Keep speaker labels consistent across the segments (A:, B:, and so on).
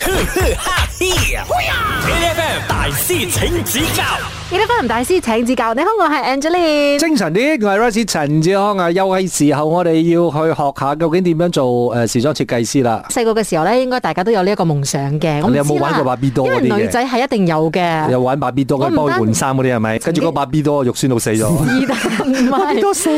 A: 哈 FM 大師請指教
B: 記得翻林大師請指教，你好，我係 Angeline。
C: 精神啲，我係 Rice 陳志康啊！又係時候我哋要去學下究竟點樣做誒時裝設計師啦。
B: 細個嘅時候咧，應該大家都有呢一個夢想嘅。我唔
C: 啊你有冇
B: 知啦
C: 玩過 Barbie doll
B: 因為
C: 嗰啲嘅
B: 女仔係一定有嘅。
C: 又玩芭比多，
B: 啊我唔
C: 佢幫佢
B: 單
C: 換衫嗰啲係咪？跟住嗰個芭比多肉酸到死 咗，
B: 是但唔係，
C: 死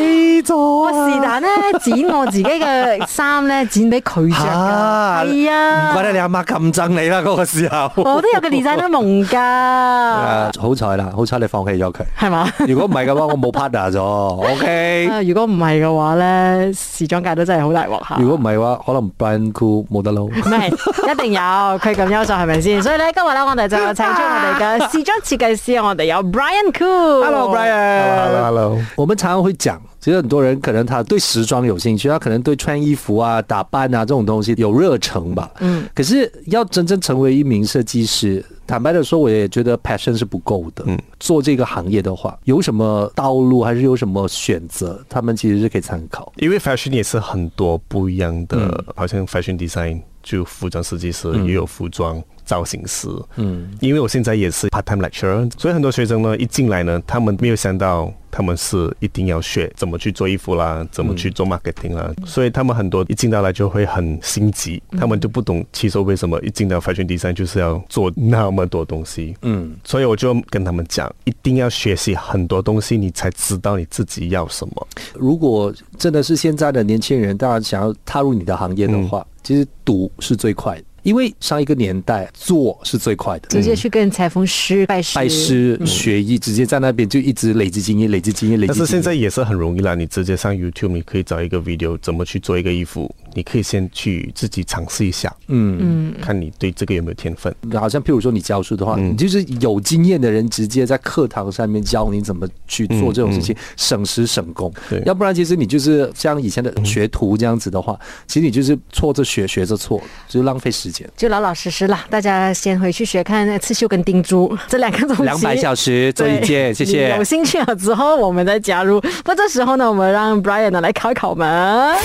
C: 咗
B: 我
C: 啊
B: 是但咧剪我自己嘅衫咧，剪俾佢着
C: 嚇
B: 㗎。哎係
C: 啊唔怪得你
B: 啊，
C: 阿媽咁憎你啦，嗰個時候。
B: 我都有個 designer 夢㗎，
C: 啊好彩啦，好彩你放棄咗佢。
B: 係嘛？
C: 如果唔係嘅話，我冇 partner 咗。OK，
B: 啊如果唔係嘅話咧，時裝界都真係好大鑊嚇。
C: 如果唔係嘅話，可能 Brian Cool 冇得撈。
B: 唔係，一定有佢咁優秀係咪先？所以咧，今日咧，我哋就請出我哋嘅時裝設計師，我哋有 Brian Cool。
C: Hello Brian。
D: Hello，
C: 我们常常会讲，其实很多人可能他对时装有兴趣，他可能对穿衣服啊、打扮啊这种东西有热忱吧。嗯，可是要真正成为一名设计师，坦白的说，我也觉得 passion 是不够的。嗯，做这个行业的话，有什么道路还是有什么选择，他们其实是可以参考。
D: 因为 fashion 也是很多不一样的，好像 fashion design 就服装设计师、也有服装造型师，嗯，因为我现在也是 part time lecturer，所以很多学生呢一进来呢，他们没有想到他们是一定要学怎么去做衣服啦，怎么去做 marketing 啦，所以他们很多一进到来就会很心急，他们就不懂其实为什么一进到 fashion design 就是要做那么多东西，
C: 嗯，
D: 所以我就跟他们讲，一定要学习很多东西，你才知道你自己要什么。
C: 如果真的是现在的年轻人，大家想要踏入你的行业的话，其实读是最快的，因为上一个年代做是最快的。
B: 直
D: 嗯
B: 接去跟裁缝师拜师。
C: 拜师学艺，直接在那边就一直累积经验，累积经验，累积
D: 但
C: 经验。
D: 是现在也是很容易啦，你直接上 YouTube，你可以找一个 video 怎么去做一个衣服，你可以先去自己尝试一下，
C: 嗯，
B: 嗯，
D: 看你对这个有没有天分。
C: 好像譬如说你教书的话，
D: 嗯
C: 你就是有经验的人直接在课堂上面教你怎么去做这种事情，省时省工。
D: 嗯对
C: 要不然其实你就是像以前的学徒这样子的话，其实你就是错着学，学着错，就浪费时间。
B: 就老老实实啦，大家先回去学看刺绣跟钉珠 这两个东西。
C: 两百小时做一
B: 对
C: 件，谢
B: 你
C: 谢
B: 有。兴趣了之后，我们再加入。那这时候呢，我们让 Brian 呢来考一考我们。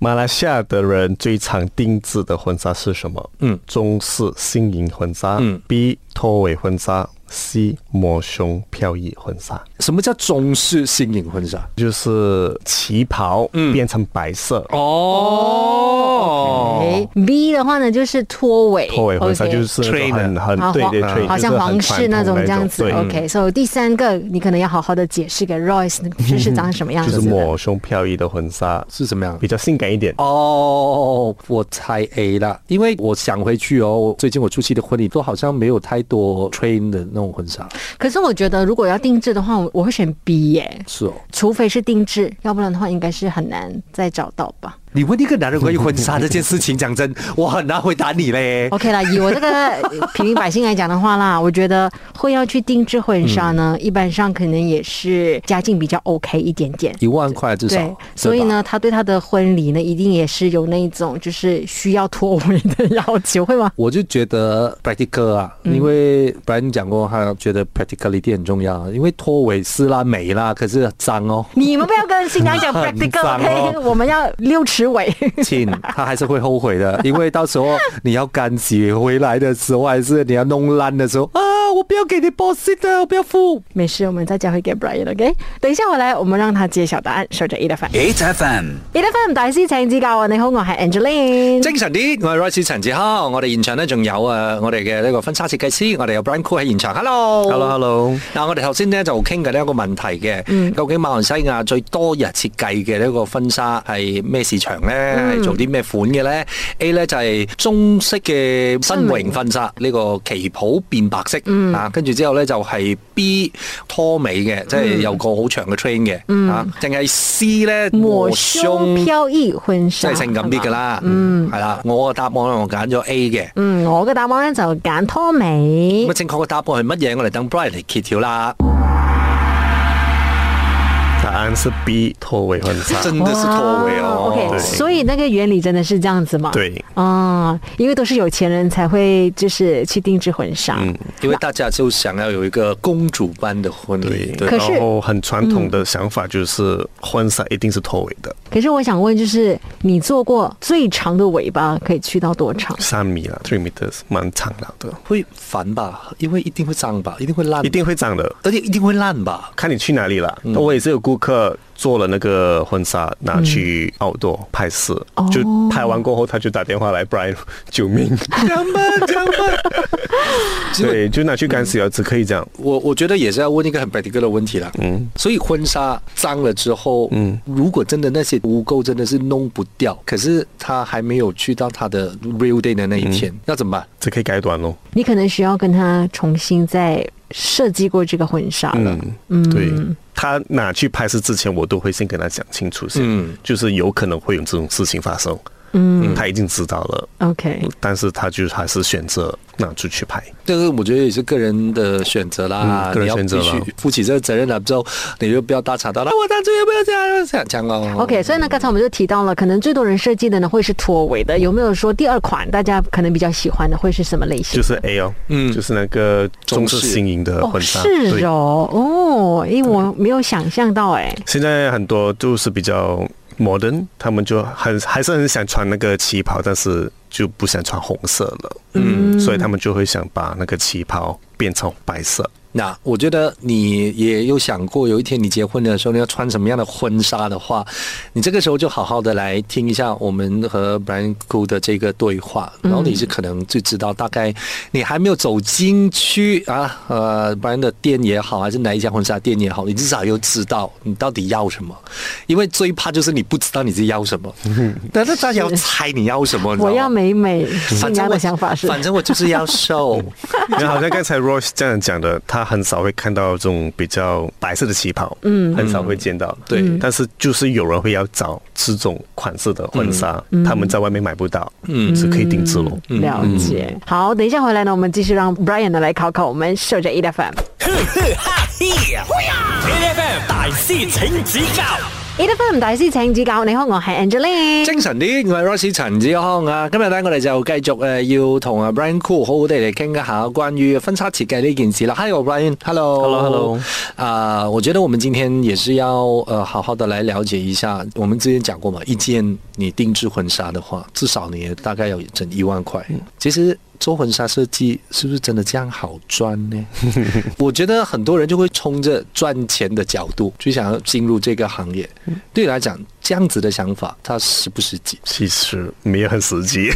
D: 马来西亚的人最常定制的婚纱是什么？
C: 嗯，
D: 中式新颖婚纱。
C: 嗯
D: ，B 拖尾婚纱，C 抹胸飘逸婚纱，
C: 什么叫中式新颖婚纱？
D: 就是旗袍
C: 嗯
D: 变成白色。
C: 哦
B: 诶 B 的话呢，就是拖尾，
D: 拖尾婚纱
B: OK
D: 就是那种
C: Train
D: 很很
B: 好
D: 对对
B: 皇
D: 对，
B: 好像
D: 就是很
B: 皇室
D: 传统
B: 那种
D: 那
B: 这样子。
D: 对嗯
B: OK，所、以第三个你可能要好好的解释给 Royce，就是长什么样
D: 就
B: 子
D: 是
B: 的。
D: 抹胸飘逸的婚纱，
C: 是什么样？
D: 比较性感一点。
C: 哦，我猜 A 啦，因为我想回去哦。我最近我出席的婚礼都好像没有太多 train 的那种婚纱，
B: 可是我觉得如果要定制的话，我我会选 B 耶，
C: 是哦。
B: 除非是定制，要不然的话应该是很难再找到 吧。
C: 你问一个男人关于婚纱这件事情，讲真，我很难回答你嘞。
B: OK 啦，以我这个平民百姓来讲的话啦，我觉得会要去定制婚纱呢，
C: 嗯
B: 一般上可能也是家境比较 OK 一点点。
C: 一万块至少，对
B: 对
C: 吧，
B: 所以，呢，他对他的婚礼呢，一定也是有那种就是需要脱围的要求，会吗？
C: 我就觉得 practical 啊，
B: 嗯
C: 因为 Brian 讲过，他觉得 practicality 很重要，因为拖尾撕啦美啦，可是脏哦，
B: 你们不要跟新娘讲
C: 很
B: practical，OK？、
C: 脏哦
B: 我们要六尺尾。
C: 亲，他还是会后悔的，因为到时候你要干洗回来的时候，还是你要弄烂的时候啊，我不要给你 boss 的，我不要付。
B: 没事，我们再交回给 Brian，OK？、等一下回来，我们让他揭晓答案。守着 E 的饭
A: ，H F M
B: ，E 的饭大師請指教啊！你好，我係 Angeline。
C: 精神啲，我係 Rice 陳志康，我哋現場咧仲有啊，我哋嘅呢個婚紗設計師，我哋有 Brian Cool 喺現場，hello。
D: Hello，Hello。
C: 嗱，我哋頭先咧就傾緊呢一個問題嘅，究竟馬來西亞最多人設計嘅呢個婚紗係咩市場咧？係、做啲咩款嘅咧？A 咧就係中式嘅新穎婚紗，呢、個旗袍變白色、啊，跟住之後咧就係 B 拖尾嘅，即係有個好長嘅 train 嘅、啊，淨係 C 咧
B: 抹胸飄逸婚紗，
C: 即係性感啲㗎啦，啊嗯係啦，我嘅答案我揀咗 A 嘅，
B: 嗯，我嘅答案咧就揀拖尾
C: 咁啊。正確嘅答案係乜嘢？我哋等 Brian 嚟揭曉啦，
D: 答案是 B 拖尾婚纱。
C: 真的是拖尾哦
B: OK，
D: 对
B: 所以那个原理真的是这样子嘛？
D: 对，
B: 啊、因为都是有钱人才会就是去定制婚纱。
C: 因为大家就想要有一个公主般的婚礼，
D: 对，
C: 对
B: 可
D: 然
B: 是
D: 后很传统的想法就是婚纱一定是拖尾的，
B: 可是我想问，就是你做过最长的尾巴可以去到多长？
D: 三米了，three meters，蛮长了的，
C: 会烦吧？因为一定会脏吧，一定会烂，
D: 一，定会长的。
C: 而且一定会烂吧？
D: 看你去哪里
B: 嗯
D: 了。我也是有顾客做了那个婚纱，拿去
B: 嗯
D: 澳洲拍摄，
B: 哦
D: 就拍完过后，他就打电话来，Brian，救 命！
C: 干嘛干嘛？
D: 对，就拿去干洗了，只可以这样。
C: 我我觉得也是要问一个很 practical 的问题啦。嗯，所以婚纱脏了之后，嗯，如果真的那些污垢真的是弄不掉，可是它还没有去到它的 real day 的那一天，那怎么办？
D: 只可以改短咯。
B: 你可能需要跟他重新再设计过这个婚纱了。
D: 嗯，对。他拿去拍摄之前，我都会先跟他讲清楚先，
C: 嗯
D: 就是有可能会有这种事情发生。嗯，他已经知道了，
C: 嗯
B: OK，
C: 哦
D: 但是他就还是选择拿出去拍。
C: 这个我觉得也是个人的选择啦，
D: 嗯个人
C: 你要
D: 选择
C: 必
D: 啦
C: 须负起这个责任了之后，你就不要大吵大闹。我当初要不要这样这样这样哦
B: OK，所以呢，刚才我们就提到了，可能最多人设计的呢会是拖尾的，有没有说第二款大家可能比较喜欢的会是什么类型
D: 就？是 A 哦，
C: 嗯
D: 就是那个中
C: 中
D: 式
C: 式
D: 新颖的
B: 哦，
D: 婚纱，
B: 是
D: 对。
B: 哦，哦，因为我没有想象到哎、
D: 现在很多就是比较 modern，他们就很还是很想穿那个旗袍，但是就不想穿红色了，嗯，所以他们就会想把那个旗袍变成白色。
C: 那我觉得你也有想过，有一天你结婚的时候你要穿什么样的婚纱的话，你这个时候就好好的来听一下我们和 Brian Cool 的这个对话，然后你就可能就知道大概你还没有走进去啊，呃，Brian 的店也好，还是哪一家婚纱店也好，你至少要知道你到底要什么，因为最怕就是你不知道你自己要 什么，但是大家要猜你要什么，你知道
B: 我
C: 吗
B: 要美美，新
C: 反
B: 娘
C: 正我
B: 的想法是，
C: 反正我就是要瘦，
D: 然后好像刚才 Royce 这样讲的，他很少会看到这种比较白色的旗袍，嗯，很少会见到。
C: 对嗯
D: 但是就是有人会要找这种款式的婚纱，他们在外面买不到，嗯，只可以定制咯。
B: 了解。好，等一下回来呢，我们继续让 Brian 呢来考考我们守着 E F M。
A: 哈嘿呀！A F M 大师请指教
B: E F M 大師請指教，你好，我係 Angeline。
C: 精神啲，我係 Rosie 陳志康啊！今日咧，我哋就繼續誒要同啊 Brian Cool 好好地嚟傾一下關於婚紗設計呢件事啦。Hi，我 Brian，hello。
D: Hello，hello
C: 啊、我覺得我們今天也是要呃好好的來了解一下。我們之前講過嘛，一件你定制婚紗的話，至少你也大概要整一萬塊。其實做婚紗設計是不是真的這樣好賺 呢？我覺得很多人就會衝着賺錢的角度去想要进入這個行業。對你來講，這樣子的想法，它實不實際？
D: 其实没有很实 际，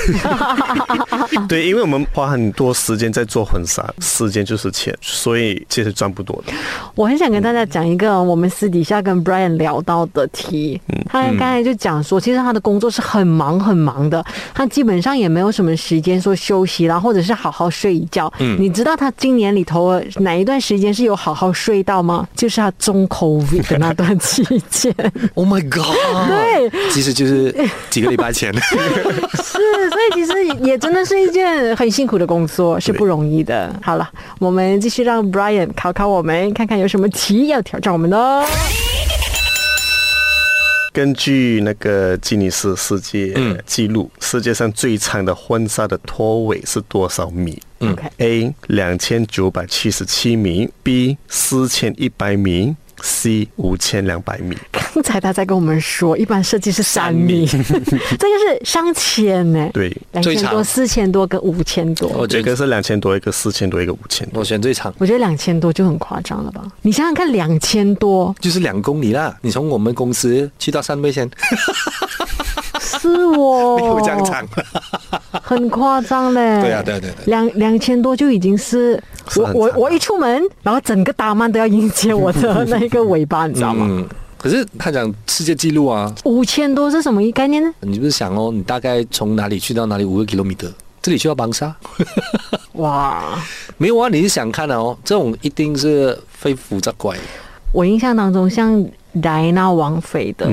D: 对，因为我们花很多时间在做婚纱，时间就是钱，所以其实赚不多的。
B: 我很想跟大家讲一个我们私底下跟 Brian 聊到的题，他刚才就讲说，其实他的工作是很忙很忙的，他基本上也没有什么时间说休息啦，或者是好好睡一觉。你知道他今年里头呃哪一段时间是有好好睡到吗？就是他中 COVID 的那段期间。
C: Oh my god！
B: 对，
C: 其实就是几个礼拜 前。
B: 是，所以其实也也真的是一件很辛苦的工作，是不容易的。好了，我们继续让 Brian 考考我们，看看有什么题要挑战我们的哦。
D: 根据那个吉尼斯世界纪录，世界上最长的婚纱的拖尾是多少米？
B: OK，
D: A 两千九百七十七米，B 四千一百米，C 五千两百米。
B: 刚才他在跟我们说，一般设计是三米， 这个是上千呢，
D: 对，
B: 两
C: 最
B: 千
C: 长哦
B: 多、四千多跟五千多
C: 我。
D: 一
C: 觉
D: 个
C: 得
D: 是两千多，一个四千多，一个五千多。
C: 我选最长，
B: 我觉得两千多就很夸张了吧？你想想看，两千多
C: 就是两公里啦。你从我们公司去到三倍线，
B: 是 哦，
C: 有这样 长。
B: 很夸张嘞。
C: 对啊对啊对啊对啊
B: 两两千多就已经是
D: 是
B: 我
D: 很
B: 我
D: 惨啊
B: 我一出门，然后整个大曼都要迎接我 的那一个尾巴，你知道吗？
C: 嗯，可是他讲世界纪录啊，
B: 五千多是什么概念呢？
C: 你不是想哦，你大概从哪里去到哪里五个 kilometer？这里去到邦沙？
B: 哇！
C: 没有啊，你是想看的哦，这种一定是非福则怪。
B: 我印象当中，像戴娜王菲的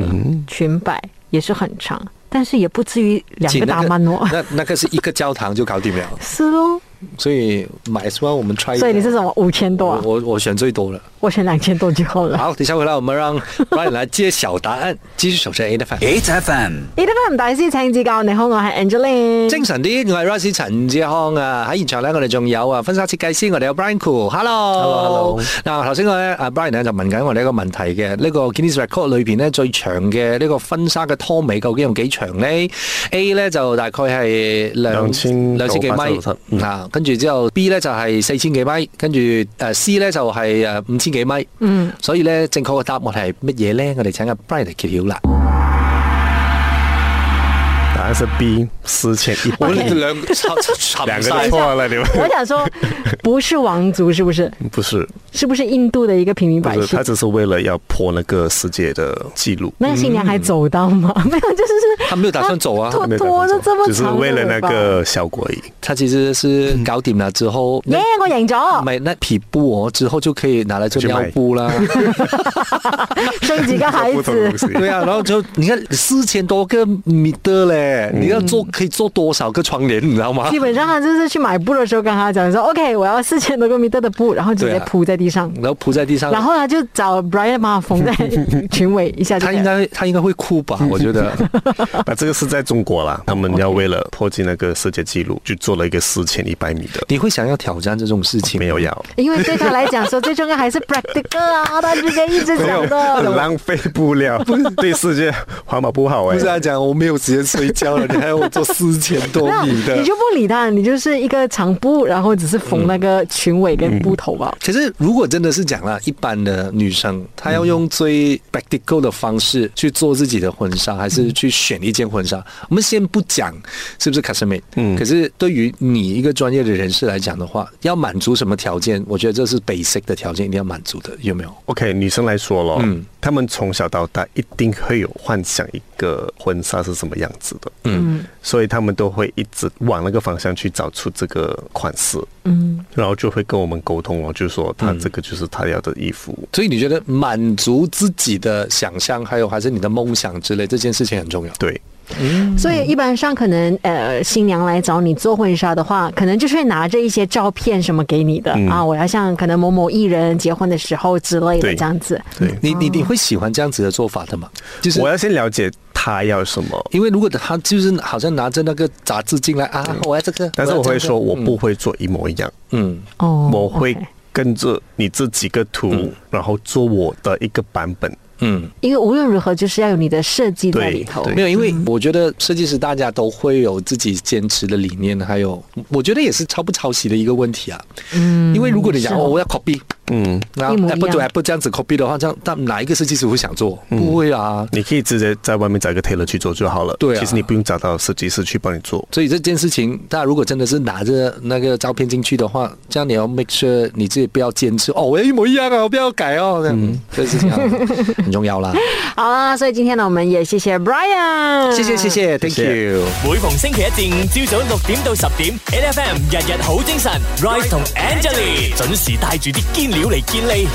B: 裙摆也是很长，但是也不至于两
C: 请
B: 个
C: 那
B: 大曼哦。
C: 那那个是一个教堂就搞定了
B: 。是喽，
C: 所以 might as well 我们 try 一个。
B: 所以你是什么五千多
C: 我啊
B: 啊？
C: 我我选最多了。
B: 我选两千多就好了。
C: 好，等一下回来我们让 Ryan 来揭晓答案。继续守着 A 的 fan，
A: ，H F M。
B: 呢啲唔大師請指教，你好，我係
D: 嗯
B: Angeline。
C: 精神啲，我係 Rice 陳志康啊！喺現場咧，我哋仲有啊婚紗設計師，我哋有 Brian Cool，Hello，Hello。嗱，頭先我咧，阿 Brian 咧就問緊我哋一個問題嘅，呢、個 Guinness Record 裏邊咧最長嘅呢個婚紗嘅拖尾究竟有幾長呢 a 咧就大概係兩
D: 兩千
C: 兩千幾
D: 九百九十七
C: 米
D: 嗯
C: 啊，跟住之後 B 咧就係四千幾米，跟住誒 C 咧就係誒五千幾米。嗯，所以咧正確嘅答案係乜嘢咧？我哋請阿 Brian 嚟揭曉啦。
D: 答案是 B，四千一百
C: 我
D: 米。
C: 兩 沉 沉
D: 两个都错了，你们
B: 我想说，不是王族是不是？
D: 不是，
B: 是不是印度的一个平民百
D: 不是，
B: 姓
D: 他？只是为了要破那个世界的记录。
B: 那个新娘还走到吗？ 没有，就是
C: 他没有打算走啊
B: 拖
D: 没有打
B: 拖
D: 算
B: 着
D: 走
B: 这么
D: 只是
B: 长的
D: 为了那
B: 尾巴。
D: 个效果而已。
C: 他其实是
D: 嗯
C: 搞掂了之后，
B: 耶
C: 那，
B: 我赢咗，
C: 买那匹布哦，之后就可以拿来做
D: 去
C: 尿
D: 卖
C: 布啦。
B: 生几个孩
D: 不同的
B: 子
D: 东。西
C: 对啊，然后就你看四千多个米的嘞，
D: 嗯
C: 你要做可以做多少个窗帘，你知道吗
B: 基？本上他啊就是去买布的时候跟他讲说，OK，我要四千多个米的的布，然后直接
C: 对啊
B: 铺在地上，
C: 然后铺在地上，
B: 然后呢就找 Brian 帮他缝在裙尾一下就
C: 他
B: 可以
C: 应
B: 了。
C: 该他应该会哭
D: 嗯
C: 吧？我觉 得
D: 那这个是在中国啦，他们要为了破进那个世界纪录，就做了一个四千一百米 的，
C: 你会想要挑战这种事情，
D: 没有要，
B: 因为对他来讲说，最重要还是 practical 啊， 他之前一直
D: 没有
B: 讲的。
D: 很 浪费布 料，对世界环保不好哎、
C: 不是啊他讲我没有时间睡觉了，你还要我做四千多
B: 没
C: 米
B: 有，
C: 的
B: 你。就不理他，你就是一个长布，然后只是缝那
D: 嗯
B: 个裙尾跟布头啊吧。
C: 其实，如果真的是讲了，一般的女生，她要用最 practical 的方式去做自己的婚纱，还是去选一件婚纱？我们先不讲是不是 custom made，嗯，可是对于你一个专业的人士来讲的话，要满足什么条件？我觉得这是 basic 的条件，一定要满足的，有没有？
D: OK，女生来说咯，
C: 嗯
D: 她们从小到大一定会有幻想一个婚纱是什么样子的，嗯，所以她们都会一直往那个方向去找出这个款式，嗯，然后就会跟我们沟通哦，就说
C: 嗯
D: 她这个就是她要的衣服，
C: 所以你觉得满足自己的想象，还有还是你的梦想之类，这件事情很重要。
D: 对，
B: 嗯所以一般上可能呃新娘来找你做婚纱的话，可能就是会拿着一些照片什么给你
D: 嗯
B: 的、啊，我要像可能某某艺人结婚的时候之类的
D: 对
B: 这样子。
D: 对，
C: 你你你会喜欢这样子的做法的吗？就是
D: 我要先了解她要什么，
C: 因为如果他就是好像拿着那个杂志进来啊，我要这个，
D: 嗯但是
C: 要
D: 我会
C: 这个
D: 说我不会做一模一样，
C: 嗯，
B: 哦
D: 我会
B: OK
D: 跟着你这几个图，然后做我的一个版本，
C: 嗯，
B: 因为无论如何就是要有你的设计在里头。
D: 对
C: 哦没有，因为我觉得设计师大家都会有自己坚持的理念，还有我觉得也是抄不抄袭的一个问题啊。嗯，因为如果你讲
B: 是哦
C: 哦我要 copy，
D: 嗯，
C: 然
B: 一
C: 后哎
B: 模一样
C: Apple to Apple 这样子 copy 的话，这样但哪一个设计师会想做？
D: 嗯
C: 不会啊。
D: 你可以直接在外面找一个 tailor 去做就好了，
C: 对啊
D: 其实你不用找到设计师去帮你做。
C: 所以这件事情，大家如果真的是拿着那个照片进去的话，这样你要 make sure 你自己不要坚持哦，我要一模一样啊，我不要改哦，这样、
D: 嗯
C: 这事情啊很重要啦。
B: 好啦，所以今天呢，我们也谢谢 Brian，
C: 谢谢谢谢，Thank
D: 谢谢
C: you。
A: 每逢星期一至五朝早六點到十點，N F M 日日好精神，Rise 同 Angelie 準時帶住啲堅料嚟健利。